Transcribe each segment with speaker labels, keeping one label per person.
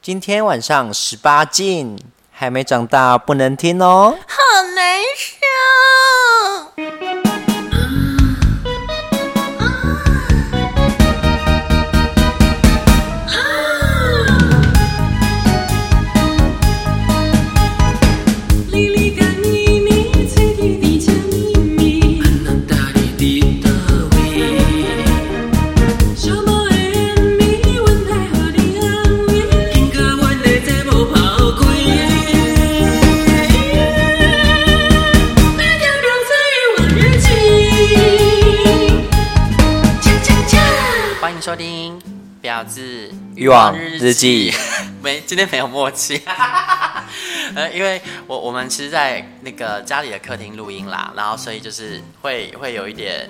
Speaker 1: 今天晚上十八禁，还没长大不能听哦。
Speaker 2: 好难受。
Speaker 3: 哩哩个咪咪，嘴甜的叫咪咪，小猫的咪，阮来互你安慰。那条龙在往日情，恰恰恰。
Speaker 4: 欢迎收听《婊子
Speaker 1: 欲望日记》。
Speaker 4: 没，今天没有默契。 呃，因为我我们其实，在那个家里的客厅录音啦，然后所以就是会会有一点，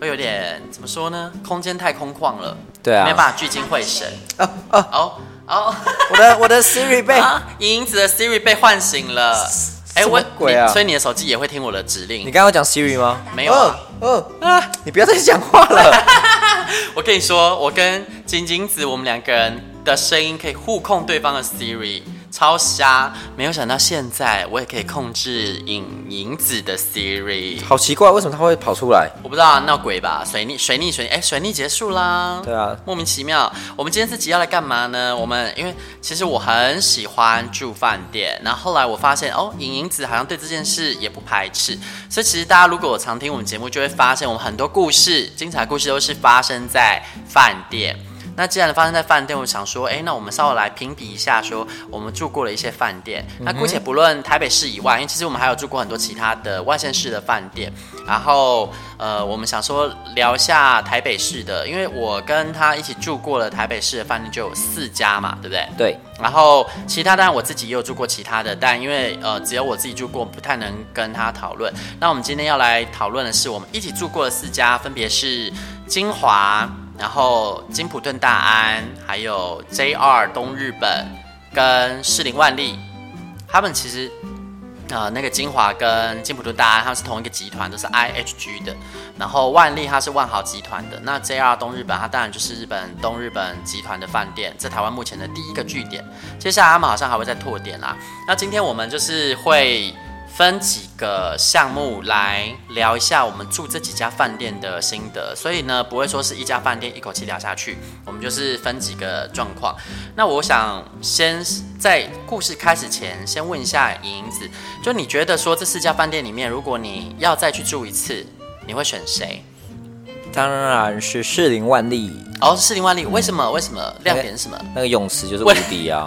Speaker 4: 会有点怎么说呢？空间太空旷了，
Speaker 1: 对啊
Speaker 4: 没办法聚精会神。
Speaker 1: 哦哦，
Speaker 4: 哦哦，
Speaker 1: 我的我的 Siri 被、
Speaker 4: 啊，莹莹子的 Siri 被唤醒了。哎、
Speaker 1: 什么
Speaker 4: 我
Speaker 1: 鬼啊
Speaker 4: 你所以你的手机也会听我的指令？
Speaker 1: 你刚刚有讲 Siri 吗？
Speaker 4: 没有啊
Speaker 1: 哦哦啊！你不要再讲话 了。
Speaker 4: 我跟你说，我跟晶晶子，我们两个人的声音可以互控对方的 Siri，超瞎！没有想到现在我也可以控制影影子的 Siri，
Speaker 1: 好奇怪，为什么它会跑出来？
Speaker 4: 我不知道闹鬼吧？水逆水逆水逆，哎、水逆结束啦！
Speaker 1: 对啊
Speaker 4: 莫名其妙。我们今天这集要来干嘛呢？我们因为其实我很喜欢住饭店，然后后来我发现哦，莹莹子好像对这件事也不排斥，所以其实大家如果有常听我们节目，就会发现我们很多故事、精彩故事都是发生在饭店。那既然发生在饭店，我想说，哎、那我们稍微来评比一下，说我们住过的一些饭店。那姑且不论台北市以外，因为其实我们还有住过很多其他的外县市的饭店。然后，呃，我们想说聊一下台北市的，因为我跟他一起住过的台北市的饭店就有四家嘛，对不对？
Speaker 1: 对，
Speaker 4: 然后其他当然我自己也有住过其他的，但因为呃只有我自己住过，不太能跟他讨论。那我们今天要来讨论的是我们一起住过的四家，分别是金华，然后金普顿大安，还有 JR 东日本跟士林万丽。他们其实呃，那个金华跟金普顿大安，它是同一个集团，都是 IHG 的。然后万利它是万豪集团的。那 JR 东日本，它当然就是日本东日本集团的饭店，在台湾目前的第一个据点。接下来他们好像还会再拓点啦。那今天我们就是会分几个项目来聊一下我们住这几家饭店的心得，所以呢，不会说是一家饭店一口气聊下去，我们就是分几个状况。那我想先在故事开始前，先问一下莹莹子，就你觉得说这四家饭店里面，如果你要再去住一次，你会选谁？
Speaker 1: 当然是士林万利，
Speaker 4: 哦，士林万丽，为什么？为什么？亮点是什么？
Speaker 1: 那个泳池就是无敌啊！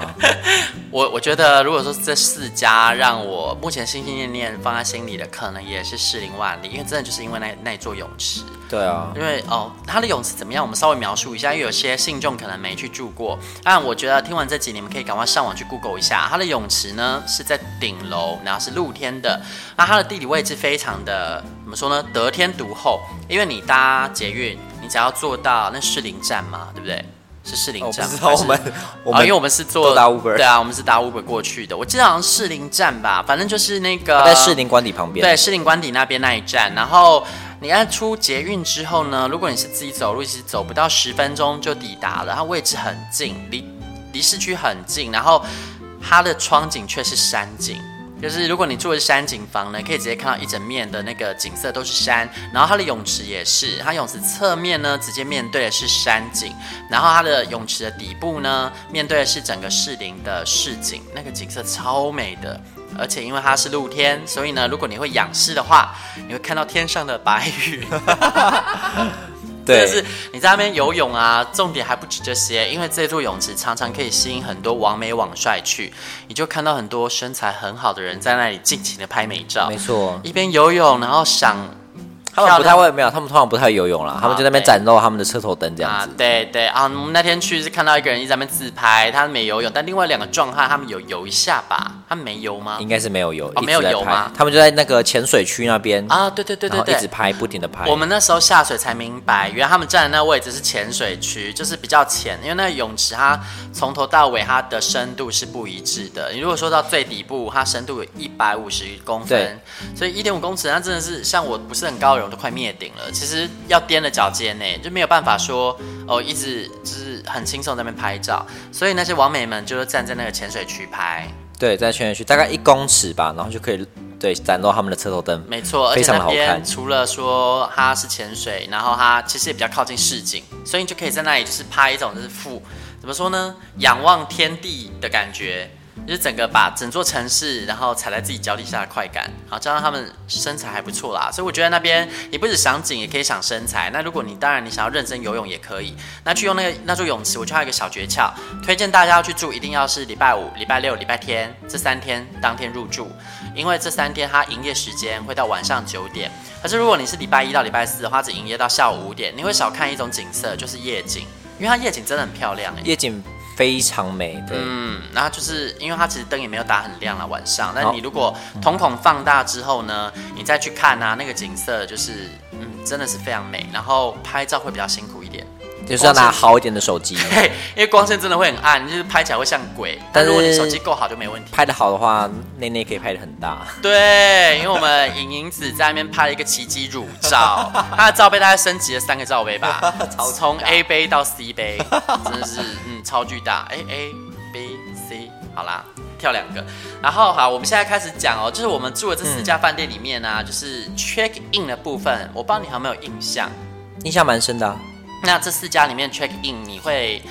Speaker 4: 我我觉得，如果说这四家让我目前心心念念放在心里的，可能也是士林万里，因为真的就是因为那那一座泳池。
Speaker 1: 对啊，
Speaker 4: 因为哦，它的泳池怎么样？我们稍微描述一下，因为有些信众可能没去住过。但我觉得听完这集，你们可以赶快上网去 Google 一下，它的泳池呢是在顶楼，然后是露天的。那它的地理位置非常的怎么说呢？得天独厚，因为你搭捷运，你只要坐到那士林站嘛，对不对？是士林
Speaker 1: 我哦不
Speaker 4: 站吗，
Speaker 1: 知道
Speaker 4: 还
Speaker 1: 我
Speaker 4: 是
Speaker 1: 们我
Speaker 4: 啊，
Speaker 1: 们
Speaker 4: 因为我们是坐
Speaker 1: 都搭 Uber
Speaker 4: 对啊，我们是搭 Uber 过去的。我记得好像士林站吧，反正就是那个
Speaker 1: 哦在士林官邸旁边。
Speaker 4: 对，士林官邸那边那一站，然后你按出捷运之后呢，如果你是自己走路，其实走不到十分钟就抵达了，它位置很近，离离市区很近，然后它的窗景却是山景。就是如果你住的是山景房呢，可以直接看到一整面的那个景色都是山，然后它的泳池也是，它泳池侧面呢直接面对的是山景，然后它的泳池的底部呢面对的是整个士林的市景，那个景色超美的。而且因为它是露天，所以呢，如果你会仰视的话，你会看到天上的白云。
Speaker 1: 对，
Speaker 4: 就是你在那边游泳啊，重点还不止这些，因为这座泳池常常可以吸引很多网美网帅去，你就看到很多身材很好的人在那里尽情的拍美照
Speaker 1: 没，错。
Speaker 4: 一边游泳然后赏
Speaker 1: 他们不太会，没有，他们通常不太会游泳啦，他们就在那边
Speaker 4: 啊对
Speaker 1: 展露他们的车头灯这样
Speaker 4: 啊
Speaker 1: 子。，
Speaker 4: 对对啊，我们那天去是看到一个人一直在那边自拍，他没游泳，但另外两个壮汉他们有游一下吧，他们没游吗
Speaker 1: 应？该是没有游，
Speaker 4: 哦
Speaker 1: 一直
Speaker 4: 没有
Speaker 1: 在
Speaker 4: 游
Speaker 1: 拍
Speaker 4: 吗
Speaker 1: 他们就在那个浅水区那边，
Speaker 4: 啊，对对对
Speaker 1: 然
Speaker 4: 对
Speaker 1: 后
Speaker 4: 对，
Speaker 1: 一直拍，不停的拍。
Speaker 4: 我们那时候下水才明白，原来他们站的那位置是浅水区，就是比较浅，因为那个泳池它从头到尾它的深度是不一致的。你如果说到最底部，它深度有一百五十公分，所以一点五公尺，那真的是像我不是很高的人我都快灭顶了。其实要踮着脚尖呢，就没有办法说哦，一直就是就是很轻松在那边拍照，所以那些网美们就是站在那个浅水区拍，
Speaker 1: 对，在泉眼区大概一公尺吧，然后就可以对展露他们的车头灯。
Speaker 4: 没错，而
Speaker 1: 非
Speaker 4: 且
Speaker 1: 常的
Speaker 4: 那
Speaker 1: 好
Speaker 4: 边
Speaker 1: 看。
Speaker 4: 除了说它是潜水，然后它其实也比较靠近市井，所以你就可以在那里就是拍一种就是富怎么说呢，仰望天地的感觉，就是整个把整座城市然后踩在自己脚底下的快感。好，加上他们身材还不错啦，所以我觉得那边你不止赏景，也可以赏身材。那如果你当然你想要认真游泳也可以，那去用那个那座泳池，我觉得还有一个小诀窍，推荐大家要去住，一定要是礼拜五、礼拜六、礼拜天这三天当天入住，因为这三天它营业时间会到晚上九点。可是如果你是礼拜一到礼拜四的话，只营业到下午五点，你会少看一种景色，就是夜景，因为它夜景真的很漂亮、欸。
Speaker 1: 夜景非常美，对，
Speaker 4: 嗯，然后就是因为它其实灯也没有打很亮了，晚上。但你如果瞳孔放大之后呢，你再去看啊，那个景色就是，嗯，真的是非常美。然后拍照会比较辛苦一点，
Speaker 1: 就是要拿好一点的手机，
Speaker 4: 嘿，因为光线真的会很暗，就是拍起来会像鬼。但
Speaker 1: 但
Speaker 4: 如果你
Speaker 1: 是
Speaker 4: 手机够好就没问题。
Speaker 1: 拍的好的话，内内可以拍的很 大。
Speaker 4: 对，因为我们影影子在那边拍了一个奇迹乳 罩，她的罩杯大概升级了三个罩杯吧，从 A 杯到 C 杯，真的是嗯超巨大，A A B C，好啦，跳两个，然后好，我们现在开始讲哦，就是我们住的这四家饭店里面呢、啊
Speaker 1: 嗯
Speaker 4: 就是 check in 的部分，我不知道你还有没有印象。
Speaker 1: 印象蛮深的啊、
Speaker 4: 那这四家里面 check in 你会，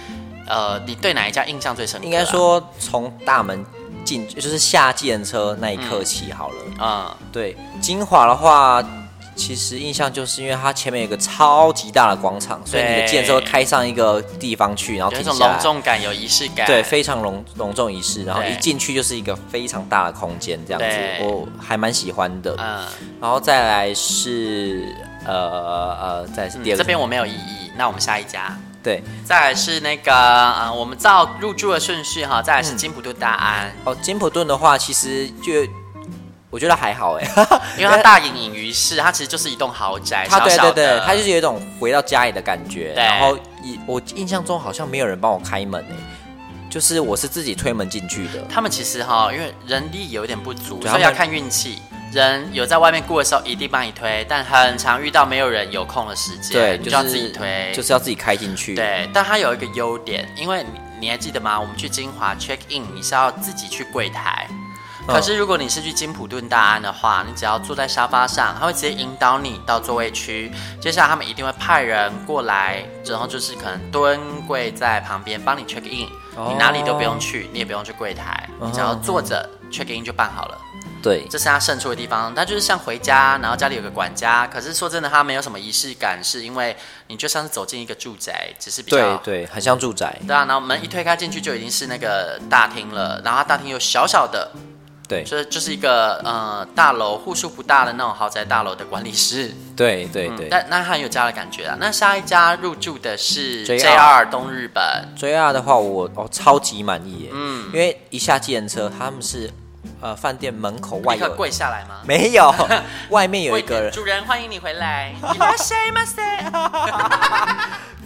Speaker 4: 呃，你对哪一家印象最深刻、啊
Speaker 1: 应该，说从大门进，就是下计程车那一刻起好了。
Speaker 4: 嗯，
Speaker 1: 对，金华的话，其实印象就是因为它前面有个超级大的广场，所以你的
Speaker 4: 对
Speaker 1: 计程车会开上一个地方去，然后
Speaker 4: 有
Speaker 1: 停
Speaker 4: 一种
Speaker 1: 下
Speaker 4: 隆
Speaker 1: 来。
Speaker 4: 重感，有仪式感，
Speaker 1: 对，非常隆隆重仪式，然后
Speaker 4: 对
Speaker 1: 一进去就是一个非常大的空间，这样
Speaker 4: 对
Speaker 1: 子，我还蛮喜欢的。
Speaker 4: 嗯。
Speaker 1: 然后再来是呃呃，再来是第二个、
Speaker 4: 嗯这边我没有异议，那我们下一家。
Speaker 1: 对
Speaker 4: 再来是那个，呃，我们照入住的顺序哈，
Speaker 1: 嗯
Speaker 4: 再来是金普顿大安，
Speaker 1: 哦，金普顿的话，其实就我觉得还好哎，
Speaker 4: 因为它大隐隐于市，它其实就是一栋豪宅，
Speaker 1: 他
Speaker 4: 小
Speaker 1: 对
Speaker 4: 小
Speaker 1: 对
Speaker 4: 的
Speaker 1: 对，他就是有一种回到家里的感觉。
Speaker 4: 对
Speaker 1: 然后一我印象中好像没有人帮我开门哎，就是我是自己推门进去的。
Speaker 4: 他们其实哈，因为人力有一点不足，
Speaker 1: 对
Speaker 4: 所以
Speaker 1: 他
Speaker 4: 要
Speaker 1: 们
Speaker 4: 看运气。人有在外面顾的时候，一定帮你推，但很常遇到没有人有空的时间，
Speaker 1: 对，
Speaker 4: 你
Speaker 1: 就
Speaker 4: 就要
Speaker 1: 是
Speaker 4: 自己推，
Speaker 1: 就是要自己开进去。，
Speaker 4: 对，但它有一个优点，因为你你还记得吗？我们去金华 check in，你是要自己去柜台。可是如果你是去金普顿大安的话，你只要坐在沙发上，他会直接引导你到座位区。接下来他们一定会派人过来，然后就是可能蹲跪在旁边帮你 check in，、你哪里都不用去，你也不用去柜台，你只要坐着 check in 就办好了。
Speaker 1: 对，
Speaker 4: 这是他胜出的地方。他就是像回家，然后家里有个管家。可是说真的，他没有什么仪式感，是因为你就像是走进一个住宅，只是比较
Speaker 1: 对对，很像住宅。
Speaker 4: 对啊。然后门一推开进去就已经是那个大厅了，然后它大厅有小小的，
Speaker 1: 对
Speaker 4: 就是就是一个呃大楼户数不大的那种豪宅大楼的管理室。
Speaker 1: 对对对。
Speaker 4: 嗯但那它很有家的感觉啊。那下一家入住的是
Speaker 1: JR
Speaker 4: JR 东日本，
Speaker 1: JR 的话我，我、哦、超级满意耶，嗯，因为一下计程车，他们是呃饭店门口外
Speaker 4: 立刻
Speaker 1: 有
Speaker 4: 跪下来吗？
Speaker 1: 没有，外面有一
Speaker 4: 跪
Speaker 1: 个人
Speaker 4: 主人欢迎你回来，你们谁吗谁？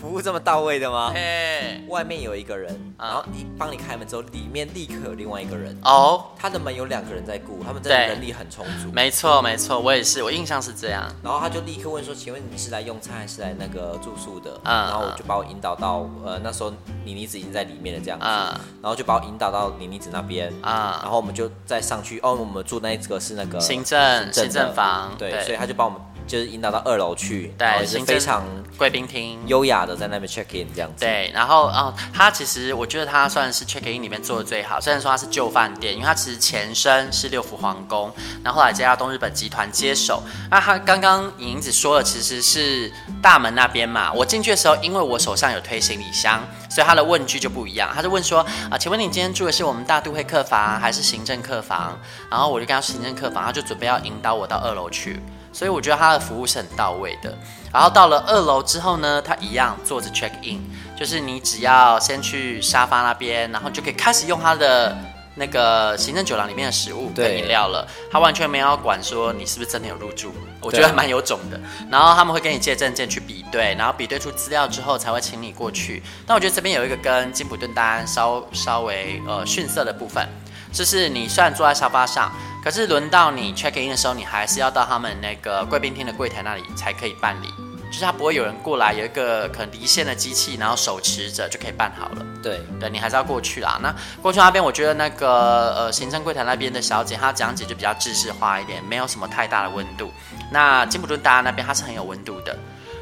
Speaker 1: 服务这么到位的吗？
Speaker 4: 哎，
Speaker 1: 外面有一个人，
Speaker 4: 啊
Speaker 1: 然后一帮你开门之后，里面立刻有另外一个人，
Speaker 4: 哦。
Speaker 1: 他的门有两个人在顾，他们真的
Speaker 4: 对
Speaker 1: 人力很充足。
Speaker 4: 没错，没错，我也是，我印象是这样。
Speaker 1: 然后他就立刻问说：“请问你是来用餐还是来那个住宿的？”
Speaker 4: 嗯
Speaker 1: 然后我就把我引导到呃那时候妮妮子已经在里面了这样子，
Speaker 4: 嗯
Speaker 1: 然后就把我引导到妮妮子那边，然
Speaker 4: 啊、
Speaker 1: 后我们就再上去哦，我们住那一个是那个
Speaker 4: 行政
Speaker 1: 的
Speaker 4: 行政房，
Speaker 1: 对，所以他就把我们就是引导到二楼去，然后哦
Speaker 4: 对
Speaker 1: 也是
Speaker 4: 行政
Speaker 1: 非常
Speaker 4: 贵宾厅。
Speaker 1: 优雅的在那边 check in 这样子。
Speaker 4: 对，然后啊、嗯它其实我觉得它算是 check in 里面做的最好，虽然说它是旧饭店，因为它其实前身是六福皇宫，然后后来接到东日本集团接手。那它刚刚莹莹子说的其实是大门那边嘛，我进去的时候，因为我手上有推行李箱，所以他的问句就不一样，他就问说啊、请问你今天住的是我们大都会客房还是行政客房？然后我就跟他说行政客房，他就准备要引导我到二楼去。所以我觉得他的服务是很到位的。然后到了二楼之后呢，他一样坐着 check in，就是你只要先去沙发那边，然后就可以开始用他的那个行政酒廊里面的食物跟
Speaker 1: 对
Speaker 4: 饮料了。他完全没有管说你是不是真的有入住，我觉
Speaker 1: 对啊
Speaker 4: 得还蛮有种的。然后他们会跟你借证件去比对，然后比对出资料之后才会请你过去。但我觉得这边有一个跟金普顿大安稍稍微呃逊色的部分，就是你虽然坐在沙发上，可是轮到你 check in 的时候，你还是要到他们那个贵宾厅的柜台那里才可以办理。就是就是它不会有人过来有一个可能离线的机器，然后手持着就可以办好了。
Speaker 1: 对，
Speaker 4: 对你还是要过去啦。那过去那边，我觉得那个呃行政柜台那边的小姐，她讲解就比较知识化一点，没有什么太大的温度。那金普顿大家那边它是很有温度的。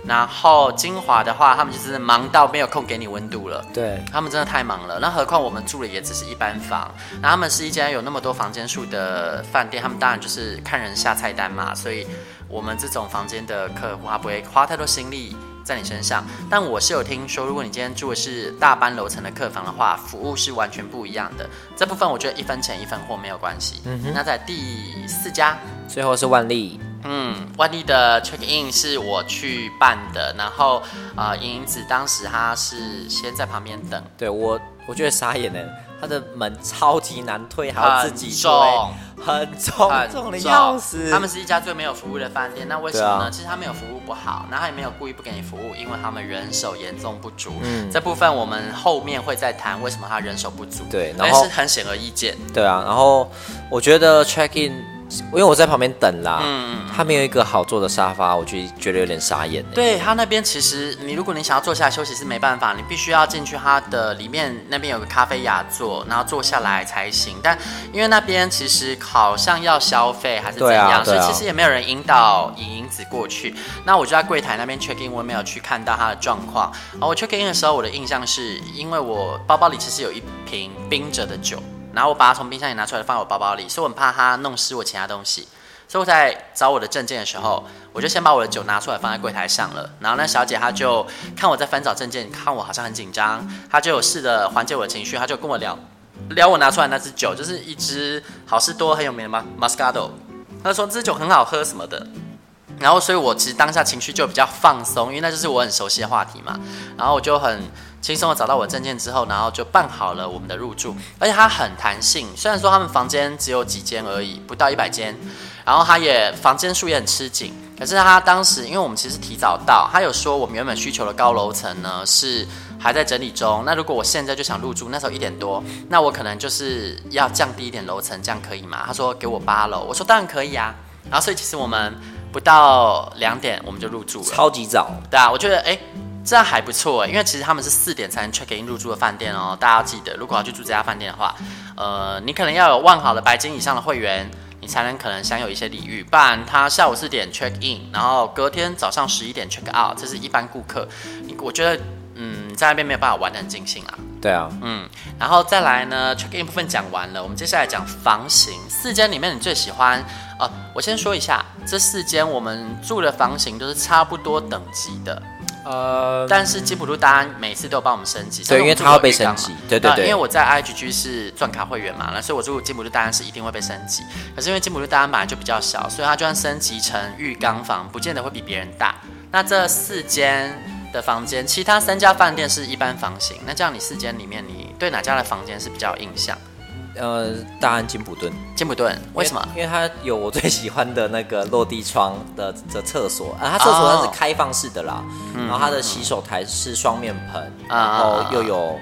Speaker 4: 然后金华的话，他们就是忙到没有空给你温度了。
Speaker 1: 对，
Speaker 4: 他们真的太忙了，那何况我们住的也只是一般房，那他们是一间有那么多房间数的饭店，他们当然就是看人下菜单嘛，所以我们这种房间的客户他不会花太多心力在你身上。但我是有听说，如果你今天住的是大班楼层的客房的话，服务是完全不一样的。这部分我觉得一分钱一分货没有关系。嗯哼，那在第四家，
Speaker 1: 最后是万丽，
Speaker 4: 嗯，万丽的 check in 是我去办的，然后啊，莹、莹子当时她是先在旁边等。
Speaker 1: 对我我觉得傻眼了，他的门超级难推，还要
Speaker 4: 很
Speaker 1: 自己推
Speaker 4: 重，
Speaker 1: 很重，
Speaker 4: 很
Speaker 1: 哦重的
Speaker 4: 重
Speaker 1: 要死。
Speaker 4: 他们是一家最没有服务的饭店，那为什么
Speaker 1: 对
Speaker 4: 呢？
Speaker 1: 啊
Speaker 4: 其实他们有服务不好，然后也没有故意不给你服务，因为他们人手严重不足。
Speaker 1: 嗯
Speaker 4: 这部分我们后面会再谈为什么他人手不足。
Speaker 1: 对
Speaker 4: 但
Speaker 1: 然后
Speaker 4: 是很显而易见。
Speaker 1: 对啊，然后我觉得 check in，因为我在旁边等啦，嗯，他没有一个好坐的沙发，我就觉得有点傻眼欸。
Speaker 4: 对他那边，其实你如果你想要坐下来休息是没办法，你必须要进去他的里面那边有个咖啡雅座，然后坐下来才行。但因为那边其实好像要消费还是怎
Speaker 1: 对啊
Speaker 4: 样，所以
Speaker 1: 对啊
Speaker 4: 其实也没有人引导莹莹子过去。那我就在柜台那边 check in，我也没有去看到他的状况。然后我 check in 的时候，我的印象是因为我包包里其实有一瓶冰着的酒，然后我把它从冰箱里拿出来放我包包里，所以我很怕它弄湿我其他东西。所以我在找我的证件的时候，我就先把我的酒拿出来放在柜台上了。然后那小姐她就看我在翻找证件，看我好像很紧张，她就有试着缓解我的情绪，她就跟我聊聊我拿出来那支酒，就是一支好事多很有名的吗 Moscato。她说这支酒很好喝什么的。然后，所以我其实当下情绪就比较放松，因为那就是我很熟悉的话题嘛。然后我就很轻松的找到我的证件之后，然后就办好了我们的入住，而且它很弹性。虽然说他们房间只有几间而已，不到一百间，然后它也房间数也很吃紧。可是他当时，因为我们其实提早到，他有说我们原本需求的高楼层呢是还在整理中。那如果我现在就想入住，那时候一点多，那我可能就是要降低一点楼层，这样可以吗？他说给我八楼，我说当然可以啊。然后所以其实我们不到两点我们就入住了，
Speaker 1: 超级早，
Speaker 4: 对啊，我觉得哎、诶这样还不错哎、因为其实他们是四点才能 check in 入住的饭店哦，大家要记得，如果要去住这家饭店的话，呃，你可能要有万好的白金以上的会员，你才能可能享有一些礼遇，不然他下午四点 check in，然后隔天早上十一点 check out，这是一般顾客，你我觉得嗯，在那边没有办法玩得很尽兴啊。
Speaker 1: 对啊，
Speaker 4: 嗯，然后再来呢，check in 部分讲完了，我们接下来讲房型。四间里面你最喜欢？呃，我先说一下，这四间我们住的房型都是差不多等级的，
Speaker 1: 呃，
Speaker 4: 但是吉普路达安每次都有帮我们升级，
Speaker 1: 对因为
Speaker 4: 但是我
Speaker 1: 它会被
Speaker 4: 住过
Speaker 1: 升
Speaker 4: 浴缸嘛
Speaker 1: 级对对
Speaker 4: 呃
Speaker 1: 对
Speaker 4: 因为我在 IGG 是钻卡会员嘛，那所以我住吉普路达安是一定会被升级。可是因为吉普路达安本来就比较小，所以它就算升级成浴缸房，不见得会比别人大。那这四间的房间，其他三家饭店是一般房型，那这样你四间里面，你对哪家的房间是比较有印象？
Speaker 1: 呃，大安金普顿，
Speaker 4: 金普顿为什么？
Speaker 1: 因为？因为它有我最喜欢的那个落地窗的的厕所，啊，它厕所它
Speaker 4: 哦
Speaker 1: 是开放式的啦，然后它的洗手台是双面盆，
Speaker 4: 嗯啊
Speaker 1: 然后又有。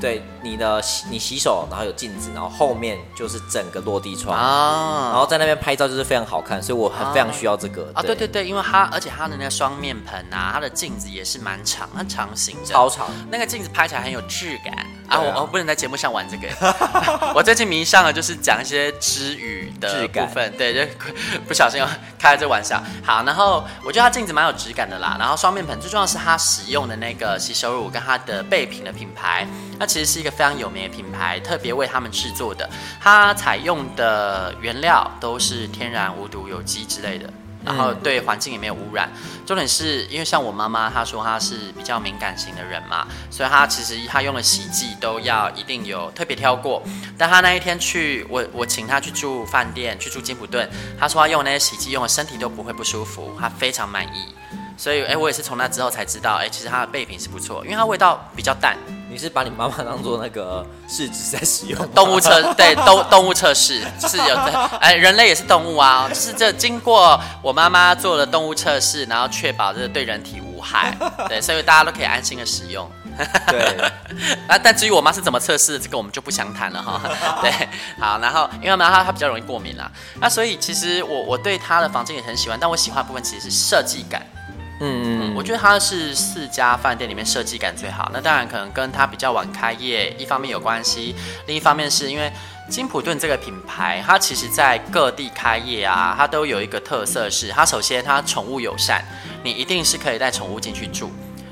Speaker 1: 对你的洗你洗手，然后有镜子，然后后面就是整个落地窗，
Speaker 4: 啊
Speaker 1: 然后在那边拍照就是非常好看，所以我很非常需要这个
Speaker 4: 啊，对对对，因为它而且它的那个双面盆啊，它的镜子也是蛮长，它长形的，
Speaker 1: 超长
Speaker 4: 那个镜子拍起来很有质感啊！
Speaker 1: 对啊
Speaker 4: 我我不能在节目上玩这个， 我最近迷上了就是讲一些知语的
Speaker 1: 质
Speaker 4: 部
Speaker 1: 感
Speaker 4: 分，对，就 不小心又开了这玩笑。好，然后我觉得它镜子蛮有质感的啦，然后双面盆最重要是它使用的那个洗手乳跟它的备品的品牌，那其实是一个非常有名的品牌，特别为他们制作的，它采用的原料都是天然无毒有机之类的。然后对环境也没有污染。重点是因为像我妈妈，她说她是比较敏感型的人嘛，所以她其实她用的洗剂都要一定有特别挑过。但她那一天去，我我请她去住饭店，去住金普顿，她说她用那些洗剂用的身体都不会不舒服，她非常满意。所以，哎，我也是从那之后才知道，哎，其实它的备品是不错，因为它味道比较淡，
Speaker 1: 你是把你妈妈当做那个试纸在使 用吗
Speaker 4: 动物测对动动物测试是有的，哎，人类也是动物啊，就是这经过我妈妈做了动物测试，然后确保这个对人体无害，对，所以大家都可以安心的使用。
Speaker 1: 对，
Speaker 4: 啊，但至于我妈是怎么测试的，这个我们就不详谈 了哈。对，好，然后因为妈妈她她比较容易过敏啦，那所以其实我我对她的房间也很喜欢，但我喜欢的部分其实是设计感。
Speaker 1: 嗯嗯
Speaker 4: 我觉得它是四家饭店里面设计感最好。那当然可能跟它比较晚开业，一方面有关系，另一方面是因为金普顿这个品牌，它其实在各地开业啊，它都有一个特色是，它首先它宠物友善，你一定是可以带宠物进去住。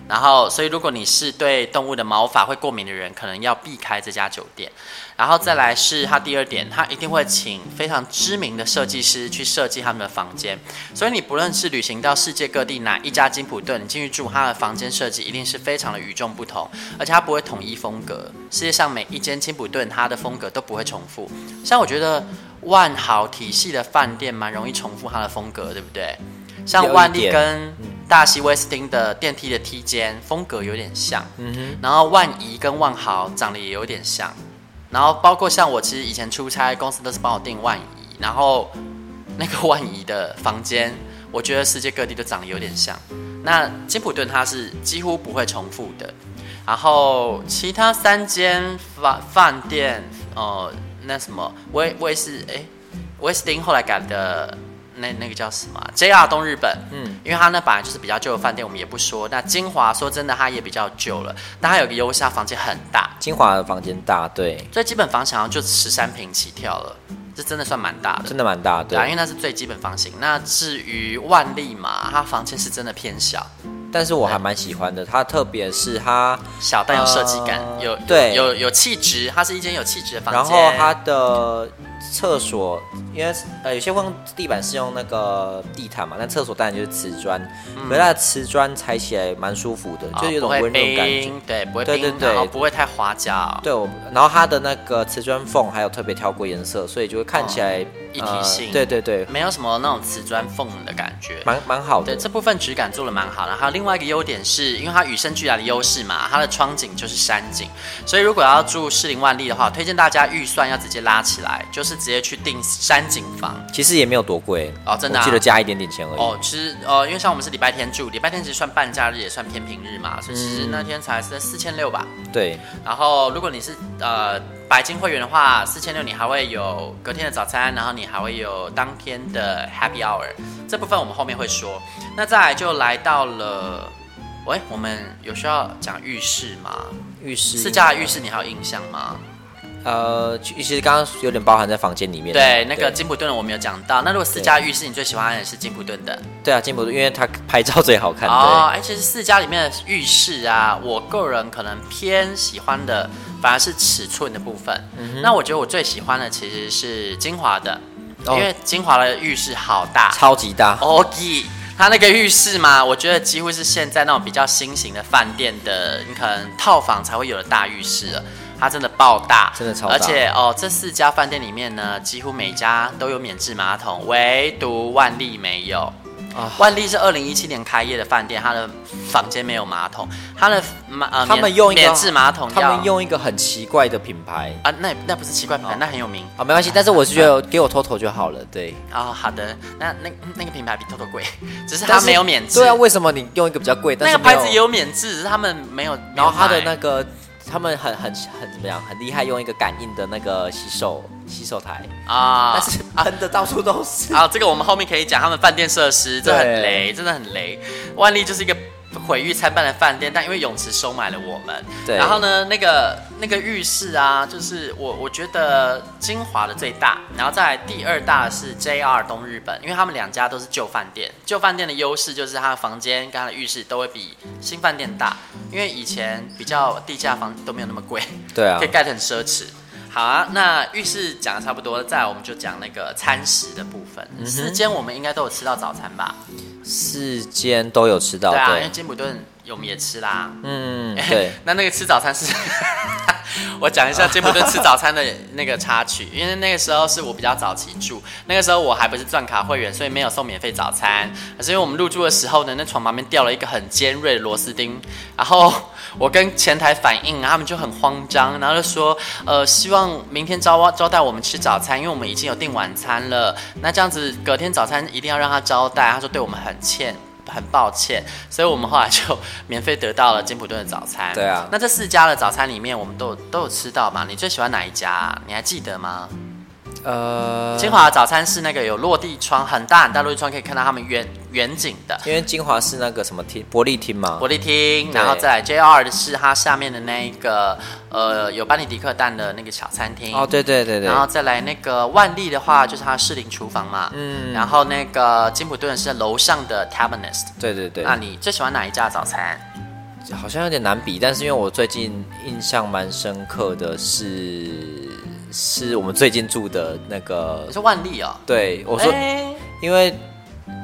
Speaker 4: 然后，所以如果你是对动物的毛发会过敏的人，可能要避开这家酒店。然后再来是它第二点，它一定会请非常知名的设计师去设计他们的房间。所以你不论是旅行到世界各地哪一家金普顿，你进去住它的房间设计一定是非常的与众不同，而且它不会统一风格。世界上每一间金普顿它的风格都不会重复。像我觉得万豪体系的饭店蛮容易重复它的风格，对不对？
Speaker 1: 有
Speaker 4: 像
Speaker 1: 一
Speaker 4: 万丽
Speaker 1: 点
Speaker 4: 跟大西威斯汀的电梯的梯间风格有点像，嗯哼，然后万怡跟万豪长得也有点像，然后包括像我其实以前出差，公司都是帮我订万怡，然后那个万怡的房间，我觉得世界各地都长得有点像。那金普顿它是几乎不会重复的，然后其他三间饭饭店，呃，那什么威威斯哎，威斯汀后来改的那那个叫什么啊 JR 东日本，嗯，因为它那本来就是比较旧的饭店，我们也不说。那金华说真的，它也比较旧了，但它有个优势，它房间很大，
Speaker 1: 金华的房间大，对，
Speaker 4: 最基本房型好像就十三平起跳了，这真的算蛮大的。
Speaker 1: 真的蛮大，
Speaker 4: 对啊，
Speaker 1: 对。
Speaker 4: 因为那是最基本房型。那至于万丽嘛，它房间是真的偏小，
Speaker 1: 但是我还蛮喜欢的，它特别是它，
Speaker 4: 小但有设计感，
Speaker 1: 呃
Speaker 4: 有
Speaker 1: 对
Speaker 4: 有有气质，它是一间有气质的房
Speaker 1: 然
Speaker 4: 间。
Speaker 1: 后它的厕所，因为呃有些会用地板是用那个地毯嘛，但厕所当然就是瓷砖，可是它的瓷砖踩起来蛮舒服的，
Speaker 4: 哦
Speaker 1: 就是有种
Speaker 4: 嗯不会
Speaker 1: 温润感觉
Speaker 4: 冰。对，不会
Speaker 1: 对
Speaker 4: 冰，
Speaker 1: 对对
Speaker 4: 然后不会太花椒。
Speaker 1: 对，我然后它的那个瓷砖缝还有特别挑过颜色，所以就会看起来、
Speaker 4: 一体性
Speaker 1: 对对对，
Speaker 4: 没有什么那种瓷砖缝的感觉。
Speaker 1: 蛮蛮好
Speaker 4: 对
Speaker 1: 的。
Speaker 4: 这部分质感做的蛮好，然后另外一个优点是因为它与生俱来的优势嘛，它的窗景就是山景，所以如果要住士林万丽的话，推荐大家预算要直接拉起来，就是直接去订山景房。
Speaker 1: 其实也没有多贵
Speaker 4: 哦真的啊
Speaker 1: 我记得加一点点钱而已。
Speaker 4: 哦，其实呃，因为像我们是礼拜天住，礼拜天其实算半假日，也算偏平日嘛，所以其实那天才是四千六吧。
Speaker 1: 对，
Speaker 4: 然后如果你是呃白金会员的话，四千六你还会有隔天的早餐，然后你还会有当天的 Happy Hour，这部分我们后面会说。那再来就来到了，喂，我们有需要讲浴室吗？
Speaker 1: 浴室
Speaker 4: 四家的浴室你还有印象吗？
Speaker 1: 呃，其其实刚刚有点包含在房间里面。啊
Speaker 4: 对，那个金普顿的我没有讲到。那如果四
Speaker 1: 对
Speaker 4: 家浴室你最喜欢的是金普顿的？
Speaker 1: 对啊，金箔，因为它拍照最好看。
Speaker 4: 哦，
Speaker 1: 对，
Speaker 4: 哎，其实四家里面的浴室啊，我个人可能偏喜欢的反而是尺寸的部分。
Speaker 1: 嗯
Speaker 4: 那我觉得我最喜欢的其实是金华的，
Speaker 1: 哦
Speaker 4: 因为金华的浴室好大
Speaker 1: 超级大。
Speaker 4: o k 它那个浴室嘛，我觉得几乎是现在那种比较新型的饭店的，你可能套房才会有的大浴室了。它真的爆大，
Speaker 1: 真的超大
Speaker 4: 而且哦，这四家饭店里面呢，几乎每家都有免治马桶，唯独万丽没有。
Speaker 1: 啊
Speaker 4: 万丽是二零一七年开业的饭店，它的房间没有马桶，它的马呃
Speaker 1: 他们用一个
Speaker 4: 免免治马桶
Speaker 1: 他
Speaker 4: 要
Speaker 1: 们用一个很奇怪的品牌
Speaker 4: 啊，那那不是奇怪品牌，那很有名
Speaker 1: 啊、没关系，但是我是觉得给我偷偷就好了。对，
Speaker 4: 哦。好的，那那那个品牌比透透贵，只是
Speaker 1: 但
Speaker 4: 它
Speaker 1: 是
Speaker 4: 没有免治。
Speaker 1: 对啊，为什么你用一个比较贵，但
Speaker 4: 那
Speaker 1: 是
Speaker 4: 个牌子
Speaker 1: 没
Speaker 4: 也有免治，只是他们没有。
Speaker 1: 然后它的
Speaker 4: 没有
Speaker 1: 那
Speaker 4: 买
Speaker 1: 个，他们很很很怎么样，很厉害，用一个感应的那个洗手洗手台，
Speaker 4: 啊，
Speaker 1: 但是喷的到处都是。
Speaker 4: 啊，这个我们后面可以讲，他们饭店设施这很
Speaker 1: 对
Speaker 4: 雷，真的很雷。万丽就是一个毁誉参半的饭店，但因为泳池收买了我们。
Speaker 1: 对
Speaker 4: 然后呢，那个那个浴室啊，就是我我觉得金华的最大，然后再来第二大是 JR 东日本，因为他们两家都是旧饭店。旧饭店的优势就是它的房间跟它的浴室都会比新饭店大，因为以前比较地价房都没有那么贵。
Speaker 1: 对啊
Speaker 4: 可以，盖得很奢侈。好啊，那浴室讲的差不多了，再来我们就讲那个餐食的部分。四间我们应该都有吃到早餐吧？
Speaker 1: 四间都有吃到，
Speaker 4: 对啊，因为
Speaker 1: 哦对，
Speaker 4: 金普顿我们也吃啦。
Speaker 1: 嗯， 对
Speaker 4: 那那个吃早餐是，我讲一下金普顿吃早餐的那个插曲，因为那个时候是我比较早期住，那个时候我还不是钻卡会员，所以没有送免费早餐。可是因为我们入住的时候呢，那床旁边掉了一个很尖锐的螺丝钉，然后我跟前台反映，啊然后他们就很慌张，然后就说，呃，希望明天招招待我们吃早餐，因为我们已经有订晚餐了，那这样子隔天早餐一定要让他招待。他说对我们很欠。很抱歉，所以我们后来就免费得到了金普顿的早餐。
Speaker 1: 对啊
Speaker 4: 那这四家的早餐里面，我们都有都有吃到嘛？你最喜欢哪一家啊、你还记得吗？
Speaker 1: 呃，
Speaker 4: 清华的早餐是那个有落地窗，很大很大落地窗，可以看到他们远远景的
Speaker 1: 因为金华是那个什么厅，伯利厅嘛
Speaker 4: 玻，璃厅，然后再来 JR 的是它下面的那一个呃有班尼迪克蛋的那个小餐厅。
Speaker 1: 哦，对对对对
Speaker 4: 然，后再来那个万利的话，就是它士林厨房嘛，嗯，然后那个金普顿是楼上的 Tavernist。
Speaker 1: 对对对，
Speaker 4: 那你最喜欢哪一家早餐？
Speaker 1: 好像有点难比，但是因为我最近印象蛮深刻的是，是我们最近住的那个
Speaker 4: 你，说万利哦，
Speaker 1: 对我说，
Speaker 4: 哎
Speaker 1: 因为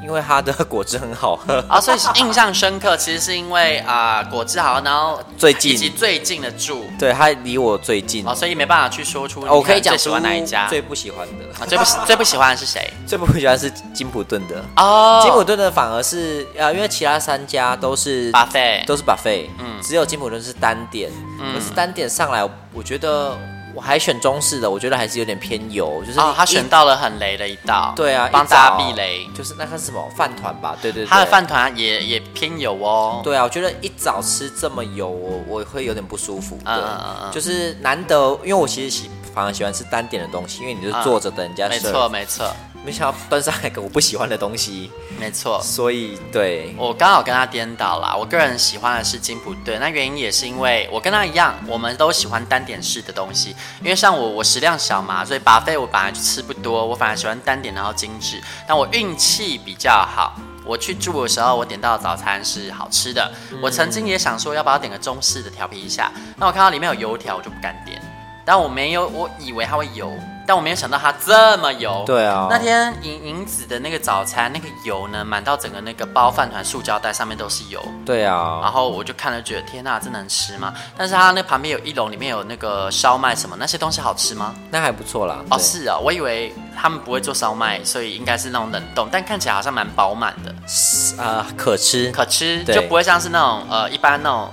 Speaker 1: 因为它的果汁很好 喝，
Speaker 4: 啊，所以印象深刻，其实是因为啊、果汁好，然后
Speaker 1: 最近
Speaker 4: 以及最近的住
Speaker 1: 对，它离我最近，
Speaker 4: 哦，所以没办法去说出
Speaker 1: 哦我可以讲
Speaker 4: 最喜欢哪一家，
Speaker 1: 最不喜欢的，
Speaker 4: 啊最 不喜最不喜欢的是谁？
Speaker 1: 最不喜欢是金普顿的，
Speaker 4: 哦，
Speaker 1: 金普顿的反而是呃，因为其他三家都是
Speaker 4: buffet
Speaker 1: 都是 buffet，嗯，只有金普顿是单点，
Speaker 4: 嗯
Speaker 1: 可是单点上来，我觉得我还选中式的，我觉得还是有点偏油，就是
Speaker 4: 哦，他
Speaker 1: 一
Speaker 4: 选到了很雷的一道，
Speaker 1: 对啊，
Speaker 4: 帮
Speaker 1: 一早
Speaker 4: 大家避雷。
Speaker 1: 就是那个是什么饭团吧？对对对，
Speaker 4: 他的饭团也也偏油哦，
Speaker 1: 对啊，我觉得一早吃这么油，我我会有点不舒服。对，
Speaker 4: 嗯嗯嗯嗯
Speaker 1: 就是难得，因为我其实喜反而喜欢吃单点的东西，因为你啊就是坐着等人家
Speaker 4: 嗯没
Speaker 1: serve，
Speaker 4: 错没错
Speaker 1: 没想到端上来一个我不喜欢的东西，
Speaker 4: 没错。
Speaker 1: 所以对，
Speaker 4: 我刚好跟他颠倒啦，我个人喜欢的是金普顿，那原因也是因为我跟他一样，我们都喜欢单点式的东西，因为像我我食量小嘛，所以巴菲我本来就吃不多，我反而喜欢单点然后精致，但我运气比较好。我去住的时候，我点到的早餐是好吃的。我曾经也想说，要不要点个中式的调皮一下？那我看到里面有油条，我就不敢点。但我没有，我以为它会油，但我没有想到它这么油。
Speaker 1: 对啊
Speaker 4: 那天银银子的那个早餐，那个油呢，满到整个那个包饭团塑胶袋上面都是油。
Speaker 1: 对
Speaker 4: 然
Speaker 1: 啊，
Speaker 4: 后我就看了，觉得天呐、这能吃吗？但是它那旁边有一笼，里面有那个烧麦什么，那些东西好吃吗？
Speaker 1: 那还不错啦。
Speaker 4: 哦，
Speaker 1: 对，
Speaker 4: 是啊、我以为他们不会做烧麦，所以应该是那种冷冻，但看起来好像蛮饱满的，
Speaker 1: 啊、可吃，
Speaker 4: 可吃，
Speaker 1: 对
Speaker 4: 就不会像是那种呃一般那种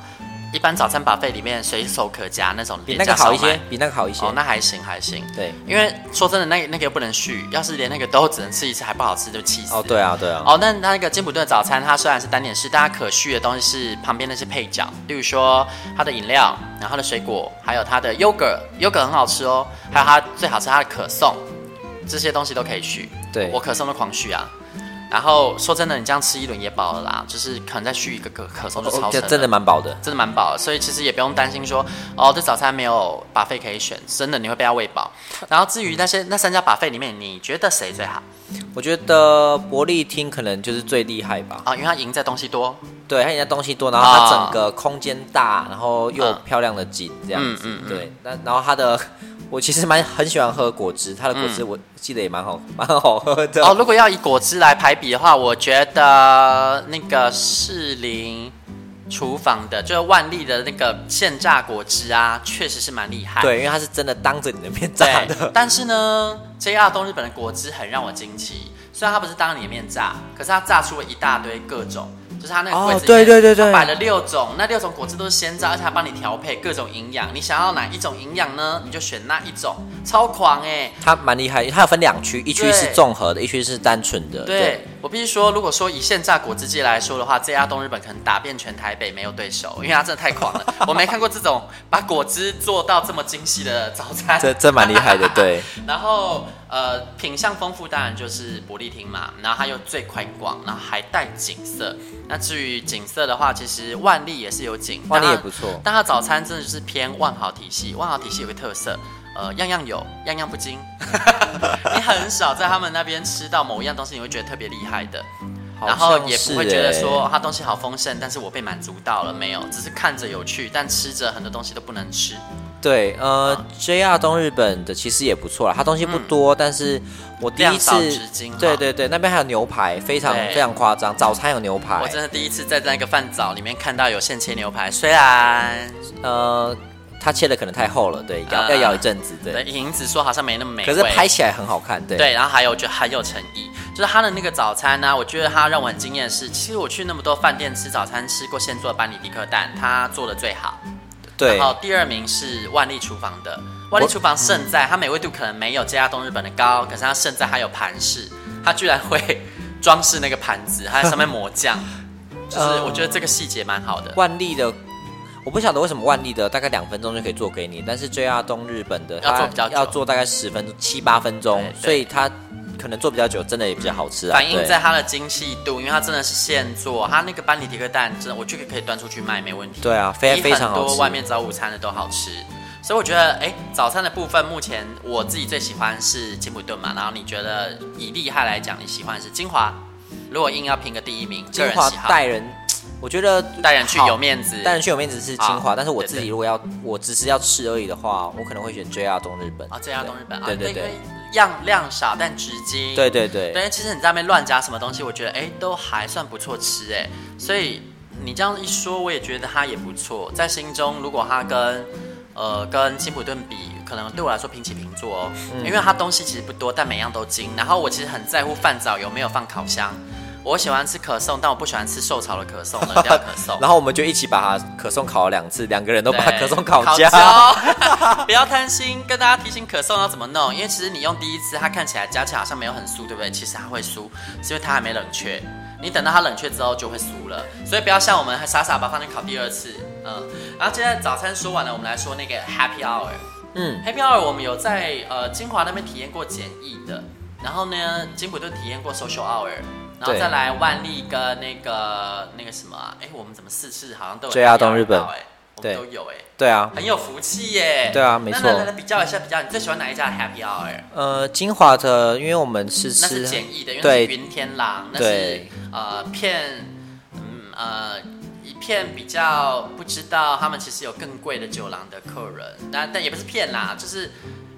Speaker 4: 一般早餐把费里面随手可夹那种
Speaker 1: 比
Speaker 4: 廉
Speaker 1: 那个好
Speaker 4: 价烧
Speaker 1: 一些
Speaker 4: 麦。，
Speaker 1: 比那个好一些。
Speaker 4: 哦，那还行还行。
Speaker 1: 对，
Speaker 4: 因为说真的，那个那个又不能续，要是连那个都只能吃一次，还不好吃，就气死。
Speaker 1: 哦，对啊，对啊，
Speaker 4: 哦，那它那个金普顿早餐，它虽然是单点式，但它可续的东西是旁边那些配角，例如说它的饮料，然后它的水果，还有它的 yogurt，yogurt 很好吃哦，还有它最好吃它的可颂，这些东西都可以续。
Speaker 1: 对
Speaker 4: 我可颂都狂续啊。然后说真的，你这样吃一轮也饱了啦，就是可能再续一个可可颂就超
Speaker 1: 哦这
Speaker 4: 神了
Speaker 1: 真的蛮饱的。
Speaker 4: 真的蛮饱的，所以其实也不用担心说哦，这早餐没有把费可以选，真的你会被它喂饱。然后至于那些那三家把费里面，你觉得谁最好
Speaker 1: 我觉得伯利厅可能就是最厉害吧。
Speaker 4: 啊、因为它赢在东西多，
Speaker 1: 对，它人家东西多，然后它
Speaker 4: 啊
Speaker 1: 整个空间大，然后又有
Speaker 4: 嗯
Speaker 1: 漂亮的景这样子。
Speaker 4: 嗯嗯嗯
Speaker 1: 对，那然后它的，我其实蛮很喜欢喝果汁，它的果汁我记得也蛮好，蛮好喝的。
Speaker 4: 嗯哦。如果要以果汁来排比的话，我觉得那个士林厨房的，就是万利的那个现榨果汁啊，确实是蛮厉害。
Speaker 1: 对，因为它是真的当着你的面
Speaker 4: 对
Speaker 1: 炸的。
Speaker 4: 但是呢，JR 东日本的果汁很让我惊奇，虽然它不是当着你的面炸，可是它炸出了一大堆各种。就是它那个
Speaker 1: 哦
Speaker 4: 柜子里
Speaker 1: 对
Speaker 4: 面、
Speaker 1: 对对对
Speaker 4: 它摆了六种，那六种果汁都是鲜榨，而且还帮你调配各种营养。你想要哪一种营养呢？你就选那一种，超狂哎、
Speaker 1: 它蛮厉害，它有分两区，一区
Speaker 4: 对
Speaker 1: 是综合的，一区是单纯的。
Speaker 4: 对我必须说，如果说以现榨果汁机来说的话，这家东日本可能打遍全台北没有对手，因为它真的太狂了。我没看过这种把果汁做到这么精细的早餐，
Speaker 1: 这这蛮厉害的 对。
Speaker 4: 然后呃，品相丰富当然就是伯利厅嘛，然后它又最宽广，然后还带景色。那至于景色的话，其实万历也是有景，
Speaker 1: 万历
Speaker 4: 但
Speaker 1: 也
Speaker 4: 它
Speaker 1: 不错
Speaker 4: 但它早餐真的就是偏万豪体系，万豪体系有个特色。呃，样样有，样样不 精。你很少在他们那边吃到某一样东西，你会觉得特别厉害的。
Speaker 1: 好
Speaker 4: 然后
Speaker 1: 像
Speaker 4: 也不
Speaker 1: 是
Speaker 4: 会觉得
Speaker 1: 欸
Speaker 4: 说啊它东西好丰盛，但是我被满足到了没有？只是看着有趣，但吃着很多东西都不能吃。
Speaker 1: 对，呃、j r 东日本的其实也不错啦，它东西不多，但是我第一
Speaker 4: 嗯量
Speaker 1: 次
Speaker 4: 少质精哈
Speaker 1: 对对对，那边还有牛排，非常
Speaker 4: 对
Speaker 1: 非常夸张，早餐有牛排
Speaker 4: 我，真的第一次在那个饭早里面看到有现切牛排，虽然
Speaker 1: 呃，它切的可能太厚了，对，咬、
Speaker 4: 啊
Speaker 1: 要咬一阵子，对，
Speaker 4: 对银子说好像没那么美
Speaker 1: 可
Speaker 4: 味，
Speaker 1: 是拍起来很好看，对，
Speaker 4: 对，然后还有我觉得很有诚意，就是他的那个早餐呢、我觉得他让我很惊艳的是，其实我去那么多饭店吃早餐，吃过现做的班尼迪克蛋，他做的最好。
Speaker 1: 对
Speaker 4: 然后第二名是万丽厨房的，万丽厨房胜在它美味度可能没有这家东日本的高，可是它胜在它有盘饰，它居然会装饰那个盘子，还在上面抹酱，就是我觉得这个细节蛮好的。
Speaker 1: 万丽的我不晓得为什么万丽的大概两分钟就可以做给你，但是 JR 东日本的
Speaker 4: 要做
Speaker 1: 它
Speaker 4: 比较久
Speaker 1: 要做大概十分钟七八分钟
Speaker 4: 对，对
Speaker 1: 所以它可能做比较久，真的也比较好吃啊。
Speaker 4: 反映
Speaker 1: 对
Speaker 4: 在它的精细度，因为它真的是现做，它那个班尼迪克蛋真的，我觉得可以端出去卖，没问题。
Speaker 1: 对啊，非
Speaker 4: 比
Speaker 1: 非常好
Speaker 4: 很多
Speaker 1: 吃。
Speaker 4: 外面早午餐的都好吃。所以我觉得，哎，早餐的部分目前我自己最喜欢是金普顿嘛，然后你觉得以厉害来讲，你喜欢是金华？如果硬要评个第一名，
Speaker 1: 金
Speaker 4: 个人
Speaker 1: 华
Speaker 4: 喜好，
Speaker 1: 带人，我觉得
Speaker 4: 带人去
Speaker 1: 好
Speaker 4: 有面子，
Speaker 1: 带人去有面子是金
Speaker 4: 好
Speaker 1: 华，但是我
Speaker 4: 对
Speaker 1: 自己
Speaker 4: 对
Speaker 1: 如果要我只是要吃而已的话，我可能会选 JR 东日本
Speaker 4: 啊，这家东日本啊，
Speaker 1: 对对
Speaker 4: 因为
Speaker 1: 对
Speaker 4: 样量少但直击，
Speaker 1: 对对对。
Speaker 4: 对，其实你在那边乱加什么东西，我觉得哎都还算不错吃哎，所以你这样一说，我也觉得它也不错。在心中，如果它跟呃跟金普顿比，可能对我来说平起平坐哦，因为它东西其实不多，但每样都精。然后我其实很在乎饭早有没有放烤箱。我喜欢吃可颂，但我不喜欢吃受潮的可颂，冷掉的可颂
Speaker 1: 然后我们就一起把可颂烤了两次，两个人都 把
Speaker 4: 对
Speaker 1: 可颂烤
Speaker 4: 焦
Speaker 1: 焦。
Speaker 4: 不要贪心，跟大家提醒可颂要怎么弄，因为其实你用第一次，它看起来加起来好像没有很酥，对不对？其实它会酥，是因为它还没冷却。你等到它冷却之后就会酥了，所以不要像我们傻傻把它放进烤第二次。嗯，然后现在早餐说完了，我们来说那个 Happy Hour。
Speaker 1: 嗯，
Speaker 4: Happy Hour 我们有在呃金华那边体验过简易的，然后呢金普顿体验过 Social Hour，然后
Speaker 1: 对
Speaker 4: 再来万丽跟那个那个什么、啊，哎、我们怎么四次好像都有
Speaker 1: JR
Speaker 4: Happy
Speaker 1: 东
Speaker 4: Hour
Speaker 1: 日本
Speaker 4: 到哎、我们
Speaker 1: 对
Speaker 4: 都有哎、
Speaker 1: 对啊，
Speaker 4: 很有福气耶。
Speaker 1: 对啊没错
Speaker 4: 那来来来，比较一下，比较，你最喜欢哪一家的 Happy Hour？
Speaker 1: 呃，金华的，因为我们是
Speaker 4: 那是
Speaker 1: 吃
Speaker 4: 简易的，因为
Speaker 1: 对
Speaker 4: 是云天狼，那是
Speaker 1: 对
Speaker 4: 呃骗，嗯呃。一片比较不知道他们其实有更贵的酒廊的客人，但但也不是骗啦，就是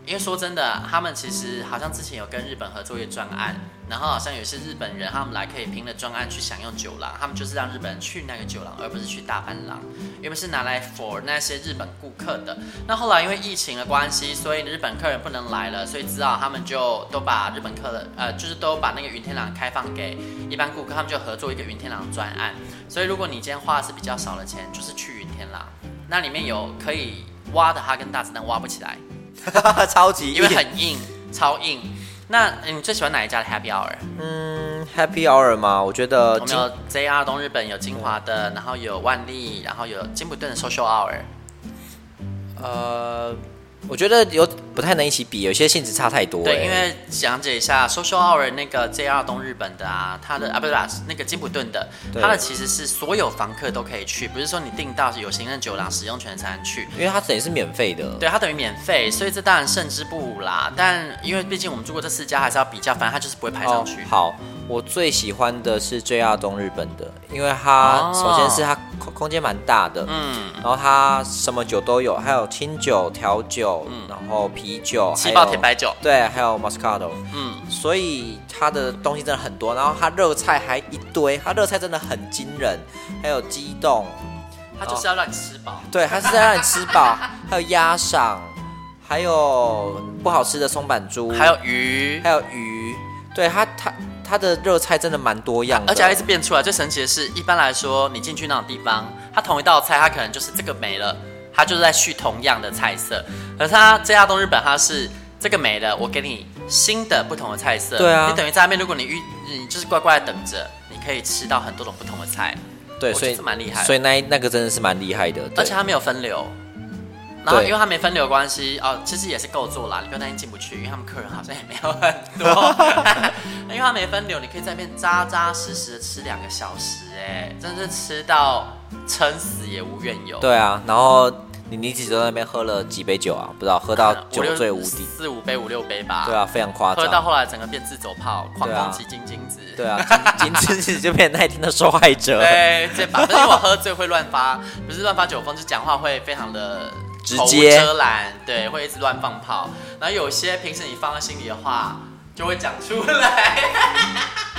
Speaker 4: 因为说真的，他们其实好像之前有跟日本合作一个专案，然后好像有一些日本人他们来可以凭了专案去享用酒廊，他们就是让日本人去那个酒廊，而不是去大阪廊，因为是拿来 for 那些日本顾客的。那后来因为疫情的关系，所以日本客人不能来了，所以只好他们就都把日本客人呃，就是都把那个云天廊开放给一般顾客，他们就合作一个云天廊专案。所以如果你今天花的是比较少的钱，就是去云天廊，那里面有可以挖的哈根达斯，但挖不起来。
Speaker 1: 超级
Speaker 4: 因为很硬，超硬。那呃你最喜欢哪一家的 Happy Hour？
Speaker 1: 嗯 Happy Hour 嘛，我觉得
Speaker 4: 我们
Speaker 1: 金
Speaker 4: 有 JR 东日本有金华的，然后有万丽，然后有金普顿的 Social Hour。
Speaker 1: 呃，我觉得有不太能一起比，有些性质差太多、
Speaker 4: 对，
Speaker 1: 欸
Speaker 4: 因为讲解一下 Social Hour 那个 JR 东日本的啊，它的啊不是啦，那个金普顿的，
Speaker 1: 对
Speaker 4: 它的其实是所有房客都可以去，不是说你订到有行政酒廊使用权才能去。
Speaker 1: 因为它等于是免费的。
Speaker 4: 对，它等于免费，所以这当然胜之不武啦。但因为毕竟我们住过这四家，还是要比较，反正它就是不会排上去。
Speaker 1: 哦好，我最喜欢的是 JR 东日本的，因为它
Speaker 4: 哦
Speaker 1: 首先是它空空间蛮大的，
Speaker 4: 嗯，
Speaker 1: 然后它什么酒都有，还有清酒、调酒，然后啤酒，
Speaker 4: 嗯七宝
Speaker 1: 还有
Speaker 4: 甜白酒，
Speaker 1: 对，还有 Moscato，
Speaker 4: 嗯，
Speaker 1: 所以它的东西真的很多，然后它热菜还一堆，它热菜真的很惊人，还有鸡冻，
Speaker 4: 它就是要让你吃饱。
Speaker 1: 对，它是在让你吃饱， 还有鸭赏，还有不好吃的松板猪，
Speaker 4: 还有鱼
Speaker 1: 还，有鱼，对它它它的热菜真的蛮多样的，
Speaker 4: 而且还一直变出来。最神奇的是，一般来说，你进去那种地方，它同一道菜，它可能就是这个没了，它就是在续同样的菜色。而它这家东日本，它是这个没了，我给你新的不同的菜色。
Speaker 1: 对啊
Speaker 4: 你等于在那边，如果你遇你就是乖乖的等着，你可以吃到很多种不同的菜，
Speaker 1: 对，
Speaker 4: 我觉
Speaker 1: 所
Speaker 4: 得
Speaker 1: 以
Speaker 4: 这蛮厉害的
Speaker 1: 所以那一那个真的是蛮厉害的，对
Speaker 4: 而且它没有分流。然后
Speaker 1: 对
Speaker 4: 因为它没分流的关系哦，其实也是够做啦，你不要担心进不去，因为他们客人好像也没有很 多，因为它没分流，你可以在那边扎扎实实的吃两个小时，哎，真是吃到撑死也无怨尤。
Speaker 1: 对啊，然后你你几周在那边喝了几杯酒啊？不知道，喝到
Speaker 4: 嗯，
Speaker 1: 酒
Speaker 4: 六
Speaker 1: 醉无敌，
Speaker 4: 四五杯五六杯吧，
Speaker 1: 对啊，非常夸
Speaker 4: 喝到
Speaker 1: 张。
Speaker 4: 后来整个变自走炮，狂
Speaker 1: 对啊
Speaker 4: 攻击金金子，
Speaker 1: 对啊， 仅仅仅就变成那一天的受害者，
Speaker 4: 对，啊这把，因为我喝醉会乱发，不是乱发酒疯，就讲话会非常的
Speaker 1: 直
Speaker 4: 口无
Speaker 1: 接
Speaker 4: 遮拦，对，会一直乱放炮。然后有些平时你放在心里的话，就会讲出来，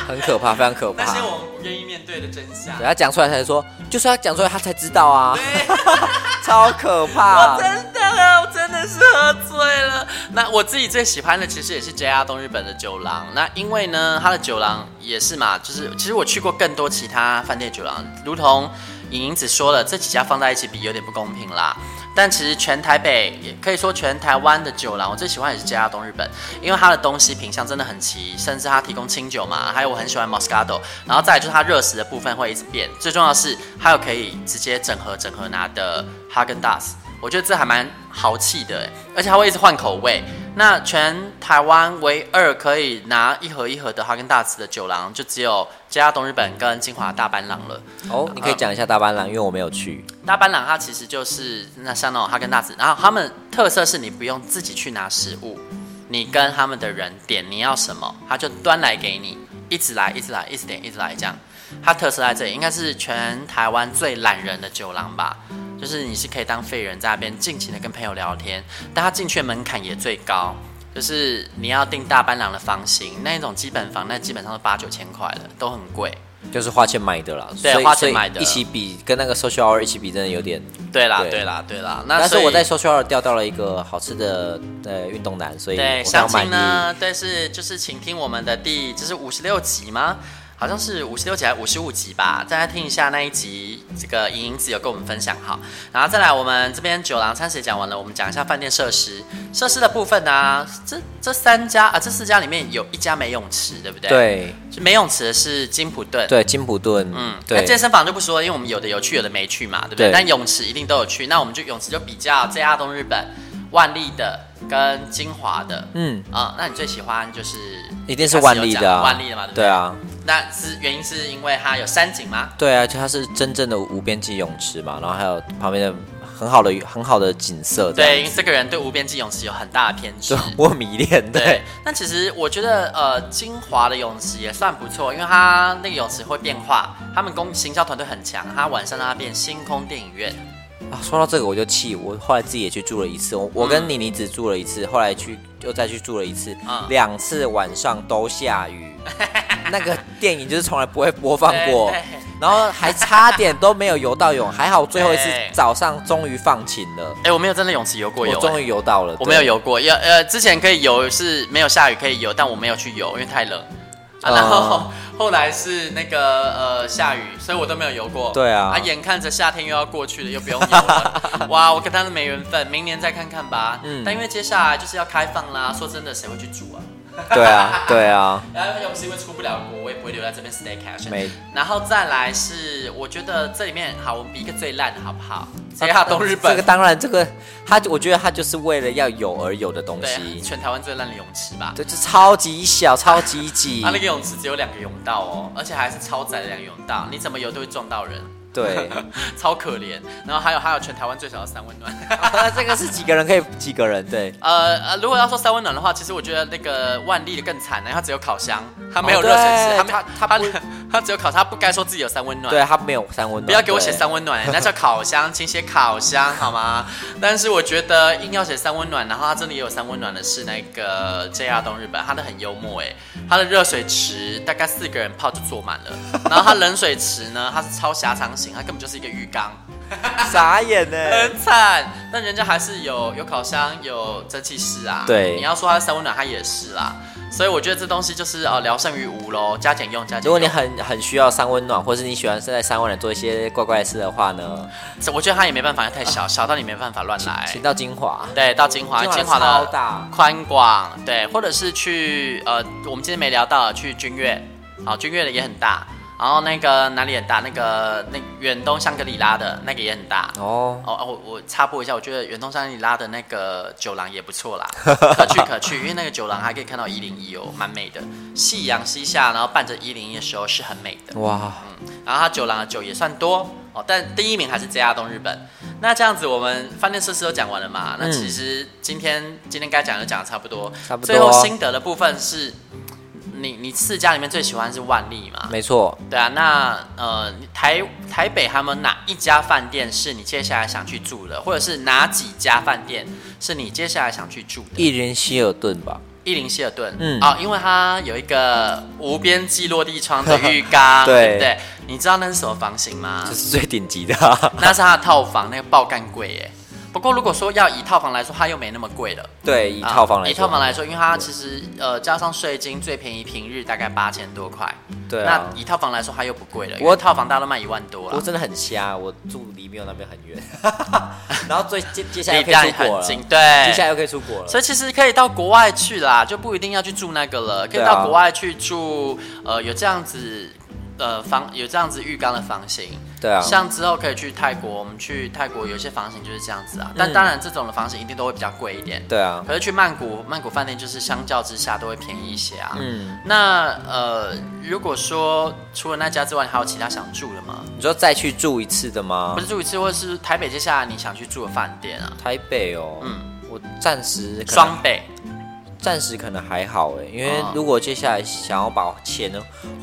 Speaker 1: 很可怕，非常可
Speaker 4: 那
Speaker 1: 怕。
Speaker 4: 些我们不愿意面对的真相
Speaker 1: 等。他讲出来才说，就是要讲出来他才知道啊，超可
Speaker 4: 我
Speaker 1: 怕。
Speaker 4: 真的啊，我真的是喝醉了。那我自己最喜欢的其实也是 JR 东日本的酒廊。那因为呢，它的酒廊也是嘛，就是其实我去过更多其他饭店酒廊，如同莹莹子说了，这几家放在一起比有点不公平啦。但其实全台北也可以说全台湾的酒廊，我最喜欢也是这家东日本，因为它的东西品相真的很齐，甚至它提供清酒嘛，还有我很喜欢 Moscato，然后再来就是它热食的部分会一直变，最重要的是还有可以直接整盒整盒拿的 Hagen d a s 我觉得这还蛮豪气的欸，而且它会一直换口味。那全台湾唯二可以拿一盒一盒的哈根达斯的酒廊，就只有家东日本跟金华大班廊了。
Speaker 1: 哦，你可以讲一下大班狼，因为我没有去。
Speaker 4: 大班朗它其实就是那像那种哈根达斯，然后他们特色是你不用自己去拿食物，你跟他们的人点你要什么，他就端来给你，一直来一直来一直点一直来这样。它特色在这里，应该是全台湾最懒人的酒廊吧，就是你是可以当废人在那边尽情的跟朋友聊天，但它进去的门槛也最高。就是你要订大班朗的房型，那一种基本房，那基本上都八九千块了，都很贵。
Speaker 1: 就是花钱买的啦，
Speaker 4: 对
Speaker 1: 所以
Speaker 4: 花钱
Speaker 1: 所以
Speaker 4: 买的
Speaker 1: 一起比跟那个 social hour 一起比，真的有点。
Speaker 4: 对啦，
Speaker 1: 对
Speaker 4: 对啦，对啦。那
Speaker 1: 但是
Speaker 4: 所以
Speaker 1: 我在 social hour 钓到了一个好吃的呃运动男，所以
Speaker 4: 对，
Speaker 1: 我非
Speaker 4: 详
Speaker 1: 常
Speaker 4: 情
Speaker 1: 满意。
Speaker 4: 呢，但是就是请听我们的第，这是五十六集吗？好像是五十六集还是五十五集吧，大家听一下那一集，这个莹莹子有跟我们分享好，然后再来我们这边酒廊餐食也讲完了，我们讲一下饭店设施。设施的部分呢、这这三家啊，这四家里面有一家没泳池，对不对？，
Speaker 1: 对
Speaker 4: 没泳池的是金普顿。
Speaker 1: 对，金普顿，嗯
Speaker 4: 嗯，那
Speaker 1: 对，
Speaker 4: 健身房就不说了，因为我们有的有去，有的没去嘛，对不对？
Speaker 1: 对
Speaker 4: 但泳池一定都有去，那我们就泳池就比较 JR 东日本、万丽的跟金华的，
Speaker 1: 嗯
Speaker 4: 啊、那你最喜欢就是
Speaker 1: 一定是万
Speaker 4: 丽
Speaker 1: 丽的啊，
Speaker 4: 万丽的嘛，对不
Speaker 1: 对啊，
Speaker 4: 那是原因是因为它有山景吗？
Speaker 1: 对啊，就它是真正的无边际泳池嘛，然后还有旁边的很好的很好的景色 这样
Speaker 4: 对，因为这个人对无边际泳池有很大的偏执
Speaker 1: 对，。我迷恋，对
Speaker 4: 对，但其实我觉得，呃，金华的泳池也算不错，因为它那个泳池会变化，他们公行销团队很强，它晚上让它变星空电影院。
Speaker 1: 啊，说到这个我就气，我后来自己也去住了一次，我我跟妮妮只住了一次，后来去又再去住了一次
Speaker 4: 嗯，
Speaker 1: 两、次晚上都下雨， 那个电影就是从来不会播放过
Speaker 4: 对对，
Speaker 1: 然后还差点都没有游到泳，还好最后一次
Speaker 4: 对
Speaker 1: 早上终于放晴了，
Speaker 4: 哎、我没有真的泳池游过
Speaker 1: 我
Speaker 4: 泳、哎
Speaker 1: 终于游到了，
Speaker 4: 我
Speaker 1: 对
Speaker 4: 没有，游过，要呃之前可以游是没有下雨可以游，但我没有去游，因为太冷。啊、
Speaker 1: 哦
Speaker 4: 然后后来是那个呃下雨，所以我都没有游过。
Speaker 1: 对啊
Speaker 4: 啊眼看着夏天又要过去了，又不用游 了，哇，我跟他是没缘分，明年再看看吧。
Speaker 1: 嗯
Speaker 4: 嗯，但因为接下来就是要开放啦，说真的，谁会去住啊？
Speaker 1: 对啊，对啊，
Speaker 4: 然后要不是因为出不了国，我也不会留在这边 stay cash。
Speaker 1: 没
Speaker 4: 然后再来是，我觉得这里面好，我们比一个最烂的好不好？接下东日本
Speaker 1: 这个啊当然这个他我觉得他就是为了要有而有的东
Speaker 4: 对啊
Speaker 1: 西，
Speaker 4: 全台湾最烂的泳池吧。
Speaker 1: 对，就超级小，超级 挤
Speaker 4: 啊它、，那个泳池只有两个泳道哦，而且还是超窄的两个泳道，你怎么游都会撞到人，
Speaker 1: 对。
Speaker 4: 超可怜。然后还有还有全台湾最小的三温暖，
Speaker 1: 这个是几个人可以几个人？对，
Speaker 4: 呃呃，如果要说三温暖的话，其实我觉得那个万丽的更惨呢，它只有烤箱，它没有
Speaker 1: 哦
Speaker 4: 热水池，
Speaker 1: 对
Speaker 4: 它没它
Speaker 1: 它
Speaker 4: 它
Speaker 1: 不
Speaker 4: 它只有烤箱，它不该说自己有三温暖。
Speaker 1: 对他没有三温暖，
Speaker 4: 不要给我写
Speaker 1: 啊对
Speaker 4: 三温暖，那叫烤箱，请写烤箱 好吗？但是我觉得硬要写三温暖，然后它真的也有三温暖的是那个 JR 东日本，它的很幽默哎、它的热水池大概四个人泡就坐满 了，然后它冷水池呢，它是超狭长型，它根本就是一个浴缸，
Speaker 1: 傻 眼呢、
Speaker 4: 很惨。但人家还是有有烤箱，有蒸汽室啊。
Speaker 1: 对
Speaker 4: 你要说它是三温暖，它也是啦。所以我觉得这东西就是呃聊胜于无喽，加减用加减用。
Speaker 1: 如果你很很需要三温暖，或是你喜欢是在三温暖做一些怪怪的事的话呢，
Speaker 4: 我觉得它也没办法，它太小，小到你没办法乱来。
Speaker 1: 请到金华。
Speaker 4: 哎对，到金华，
Speaker 1: 金华
Speaker 4: 华
Speaker 1: 超
Speaker 4: 的
Speaker 1: 大
Speaker 4: 宽广，对，或者是去呃，我们今天没聊到去君悦，好，君悦的也很大，然后那个哪里很大，那个那远东香格里拉的那个也很大。哦
Speaker 1: 哦，
Speaker 4: 哦，我我插播一下，我觉得远东香格里拉的那个酒廊也不错啦，可去可去，因为那个酒廊还可以看到一零一哦，蛮美的。夕阳西下，然后伴着一零一的时候是很美的。
Speaker 1: 哇，
Speaker 4: 然后它酒廊的酒也算多哦，但第一名还是 JR 东日本。那这样子，我们饭店设施都讲完了嘛？那其实今天今天该讲的讲的差不多，
Speaker 1: 嗯差不多啊
Speaker 4: 最后心得的部分是，你你四家里面最喜欢是万丽嘛？
Speaker 1: 没错，
Speaker 4: 对啊，那呃台台北他们哪一家饭店是你接下来想去住的，或者是哪几家饭店是你接下来想去住的？
Speaker 1: 一人希尔顿吧。
Speaker 4: 伊林希尔顿，嗯
Speaker 1: 嗯
Speaker 4: 啊、因为它有一个无边际落地窗 的浴缸，
Speaker 1: 对
Speaker 4: 不对？你知道那是什么房型吗？
Speaker 1: 这是最顶级的、啊，
Speaker 4: 那是他的套房那个爆干柜耶。不过如果说要一套房来说，它又没那么贵了。
Speaker 1: 对，一
Speaker 4: 啊
Speaker 1: 套房来
Speaker 4: 一
Speaker 1: 说，
Speaker 4: 套房来说，因为它其实呃加上税金，最便宜平日大概八千多块。
Speaker 1: 对啊
Speaker 4: 那一套房来说，它又不贵了，因
Speaker 1: 我
Speaker 4: 为套房大家都卖一万多
Speaker 1: 不
Speaker 4: 啊
Speaker 1: 过
Speaker 4: 了。
Speaker 1: 真的很瞎，我住离没有那边很 远，然后最接接下来
Speaker 4: 离
Speaker 1: 又可以出国
Speaker 4: 很
Speaker 1: 了，
Speaker 4: 近，哎
Speaker 1: 接
Speaker 4: 对，
Speaker 1: 下来又可以出国了，
Speaker 4: 所以其实可以到国外去啦，就不一定要去住那个了，可以
Speaker 1: 对啊
Speaker 4: 到国外去住，呃，有这样子。呃，房有这样子浴缸的房型，
Speaker 1: 对啊
Speaker 4: 像之后可以去泰国，我们去泰国有一些房型就是这样子啊，但
Speaker 1: 嗯
Speaker 4: 当然这种的房型一定都会比较贵一点，
Speaker 1: 对啊，
Speaker 4: 可是去曼谷，曼谷饭店就是相较之下都会便宜一些啊。
Speaker 1: 嗯，
Speaker 4: 那呃，如果说除了那家之外，你还有其他想住的吗？
Speaker 1: 你说再去住一次的吗
Speaker 4: 不？是住一次，或者是台北接下来你想去住的饭店啊？
Speaker 1: 台北哦，
Speaker 4: 嗯，
Speaker 1: 我暂时可能
Speaker 4: 双北，
Speaker 1: 暂时可能还好哎，因为
Speaker 4: 哦
Speaker 1: 如果接下来想要把钱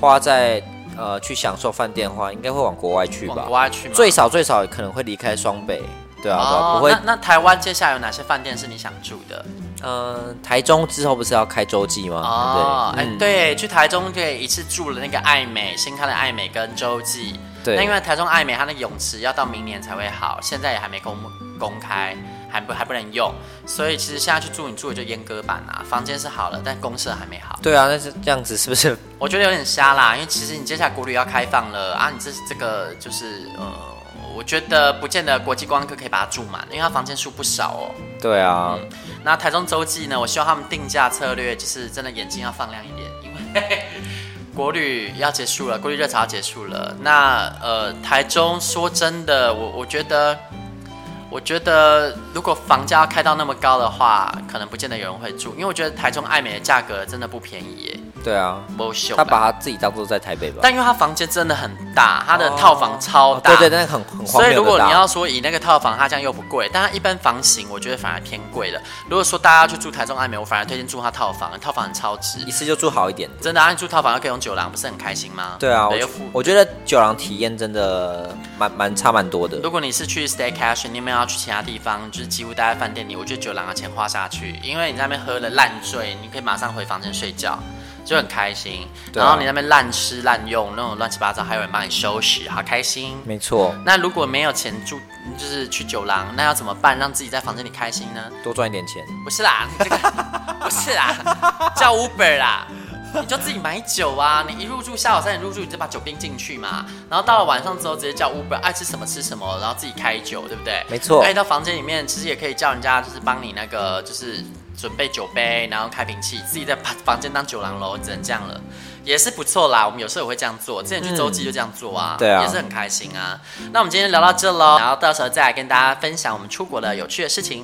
Speaker 1: 花在呃去享受饭店的话，应该会往国外去
Speaker 4: 往
Speaker 1: 吧
Speaker 4: 国，外去吗？
Speaker 1: 最少最少也可能会离开双北，对啊，对啊
Speaker 4: 哦，
Speaker 1: 不会
Speaker 4: 那，那台湾接下来有哪些饭店是你想住的？
Speaker 1: 嗯，台中之后不是要开洲际吗？
Speaker 4: 哦，
Speaker 1: 对
Speaker 4: 哎、
Speaker 1: 不对，嗯
Speaker 4: 对，去台中可以一次住了那个爱美新开的爱美跟洲际。
Speaker 1: 对
Speaker 4: 那因为台中爱美它的泳池要到明年才会好，现在也还没公公开，还不还不能用，所以其实现在去住你住的就阉割版啊，房间是好了，但公社还没好。
Speaker 1: 对啊，那是这样子是不是？
Speaker 4: 我觉得有点瞎啦，因为其实你接下来国旅要开放了啊，你这这个就是呃，我觉得不见得国际观光客可以把它住满，因为它房间数不少哦。
Speaker 1: 对啊，
Speaker 4: 那台中洲际呢，我希望他们定价策略就是真的眼睛要放亮一点，因为国旅要结束了，国旅热潮要结束了。那呃，台中说真的，我我觉得。我觉得，如果房价要开到那么高的话，可能不见得有人会住，因为我觉得台中爱美的价格真的不便宜耶，
Speaker 1: 对啊，
Speaker 4: 不秀。
Speaker 1: 他把他自己当做在台北吧。
Speaker 4: 但因为他房间真的很大，他的套房超
Speaker 1: 哦
Speaker 4: 大，
Speaker 1: 对对，那个很很荒
Speaker 4: 所
Speaker 1: 谬
Speaker 4: 以
Speaker 1: 的
Speaker 4: 如果
Speaker 1: 大
Speaker 4: 你要说以那个套房，它这样又不贵，但它一般房型我觉得反而偏贵了。如果说大家要去住台中爱美，我反而推荐住它套房，套房很超值
Speaker 1: 一。次就住好一点的。
Speaker 4: 真的、啊，你住套房又可以用酒廊，不是很开心吗？
Speaker 1: 对啊，我
Speaker 4: 又
Speaker 1: 觉
Speaker 4: 付。
Speaker 1: 我觉得酒廊体验真的蛮蛮差蛮多的
Speaker 4: 如。果你是去 staycation，你们要去其他地方，就是几乎待在饭店里，我觉得酒廊的钱花下去，因为你在那边喝了烂醉，你可以马上回房间睡觉，就很开心。
Speaker 1: 对啊
Speaker 4: 然后你在那边滥吃滥用那种乱七八糟，还有人帮你收拾，好开心。
Speaker 1: 没错，
Speaker 4: 那如果没有钱住，就是去酒廊，那要怎么办让自己在房间里开心呢？
Speaker 1: 多赚一点钱。
Speaker 4: 不是啦，你这个 不是啦，叫 Uber 啦，你就自己买酒啊。你一入住下午三点入住，你就把酒冰进去嘛。然后到了晚上之后，直接叫 Uber，爱吃什么吃什么，然后自己开酒，对不对？
Speaker 1: 没错
Speaker 4: 哎，到房间里面其实也可以叫人家，就是帮你那个，就是准备酒杯，然后开瓶器，自己在把房间当酒廊楼，只能这样了。也是不错啦，我们有时候也会这样做，之前去洲际就这样做啊，
Speaker 1: 对啊
Speaker 4: 也是很开心啊。那我们今天聊到这喽，然后到时候再来跟大家分享我们出国的有趣的事情，